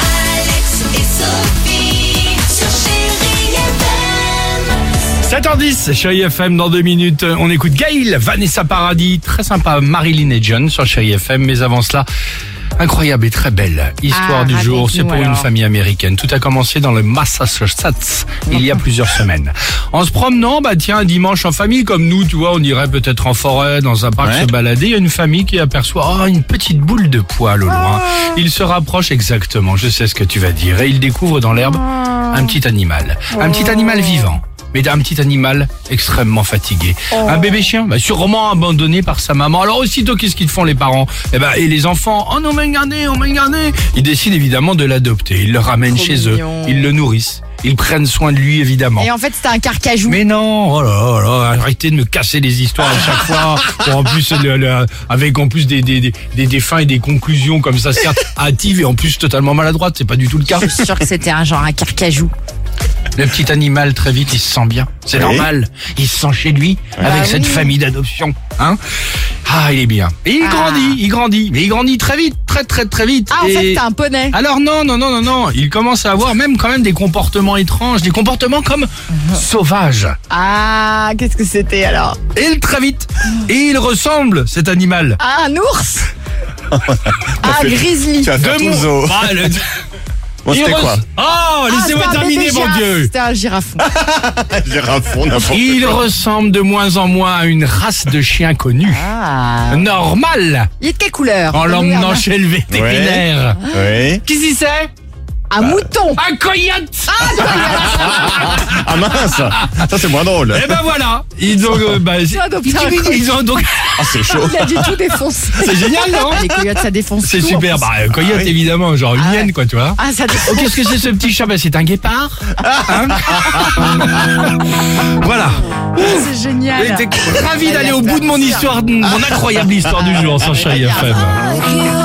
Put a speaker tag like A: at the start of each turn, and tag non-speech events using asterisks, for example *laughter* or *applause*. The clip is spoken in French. A: Alex et Sophie sur Chérie FM.
B: 7h10, Chérie FM, dans deux minutes, on écoute Gail, Vanessa Paradis, très sympa, Marilyn et John sur Chérie FM, mais avant cela, incroyable et très belle histoire
C: Ah,
B: du jour, c'est
C: raconte-nous
B: pour une
C: alors.
B: famille américaine. Tout a commencé dans le Massachusetts, il y a plusieurs semaines. En se promenant, bah tiens, un dimanche en famille, comme nous, tu vois, on irait peut-être en forêt, dans un parc se balader, il y a une famille qui aperçoit oh, une petite boule de poil au loin.
C: Ah.
B: Il se rapproche exactement, je sais ce que tu vas dire, et il découvre dans l'herbe
C: Ah.
B: un petit animal. Un petit animal vivant. Mais un petit animal extrêmement fatigué.
C: Oh.
B: Un bébé chien, bah, sûrement abandonné par sa maman. Alors aussitôt, qu'est-ce qu'ils font les parents eh ben, Et les enfants, oh non, m'a gardé, on m'a gardé. Ils décident évidemment de l'adopter. Ils le ramènent
C: Trop
B: chez
C: mignon.
B: eux. Ils le nourrissent. Ils prennent soin de lui, évidemment.
C: Et en fait, c'était un carcajou.
B: Mais non, oh là là, là, arrêtez de me casser les histoires à chaque
C: *laughs*
B: fois. Pour en plus, le- le- avec en plus des, des, des, des, des fins et des conclusions comme ça, certes hâtives et en plus totalement maladroites, c'est pas du tout le cas.
C: Je suis sûr que c'était un genre un carcajou.
B: Le petit animal, très vite, il se sent bien. C'est normal. Il se sent chez lui, avec
C: Bah
B: cette
C: oui.
B: famille d'adoption. Hein ah, il est bien. Et il
C: Ah.
B: grandit, il grandit. Mais il grandit très vite, très très très vite.
C: Ah, en
B: Et-
C: fait, t'as un poney.
B: alors non, non, non, non, non. Il commence à avoir même quand même des comportements étranges, des comportements comme
C: Uh-huh.
B: sauvages.
C: Ah, qu'est-ce que c'était alors
B: Et il- très vite.
C: Uh-huh.
B: Et il ressemble, cet animal.
C: Ah, un
B: *laughs*
C: ours Ah, un grizzly
D: Tu vas faire
B: De
D: tout le
B: mon-
D: zoo.
B: Ah, le- il
D: Moi, c'était
B: res-
D: quoi
B: Oh,
C: Ah,
B: laissez-moi
C: c'était un
B: terminer,
C: bébé
B: mon
C: girafe.
B: Dieu.
C: C'était un girafon.
D: J'ai rafond n'importe
B: Il ressemble de moins en moins à une race de chiens connus.
C: Ah.
B: Normal.
C: Il est de quelle couleur
B: En l'emmenant
C: Un-
B: chez le vétérinaire.
D: quoi. Oui.
B: Qu'est-ce que c'est Bah.
C: Un mouton
B: Un coyote
D: Ah mince Eh, Ça, c'est moins drôle.
B: Et ben voilà Ils ont, euh, bah,
C: Toi, donc,
B: ils-
C: t'as un
B: ils-
C: coyote.
B: ils ont donc...
D: Ah, c'est chaud.
C: Il a du tout défoncé.
B: C'est génial, non
C: Les coyotes, ça défonce
B: C'est
C: tout,
B: super,
C: en plus.
B: bah, euh, coyote
D: Ah oui.
B: évidemment, genre une
C: Ah
B: hyène
C: ouais.
B: quoi, tu vois.
C: Ah, ça défonce.
B: Oh, qu'est-ce que c'est ce petit chat Bah, c'est un guépard
C: *laughs*
B: Hein Voilà.
C: C'est génial.
B: J'étais ravi d'aller au
C: Elle a
B: bout de mon
C: fait
B: histoire, de mon incroyable histoire du jour sur Chérie FM.
A: You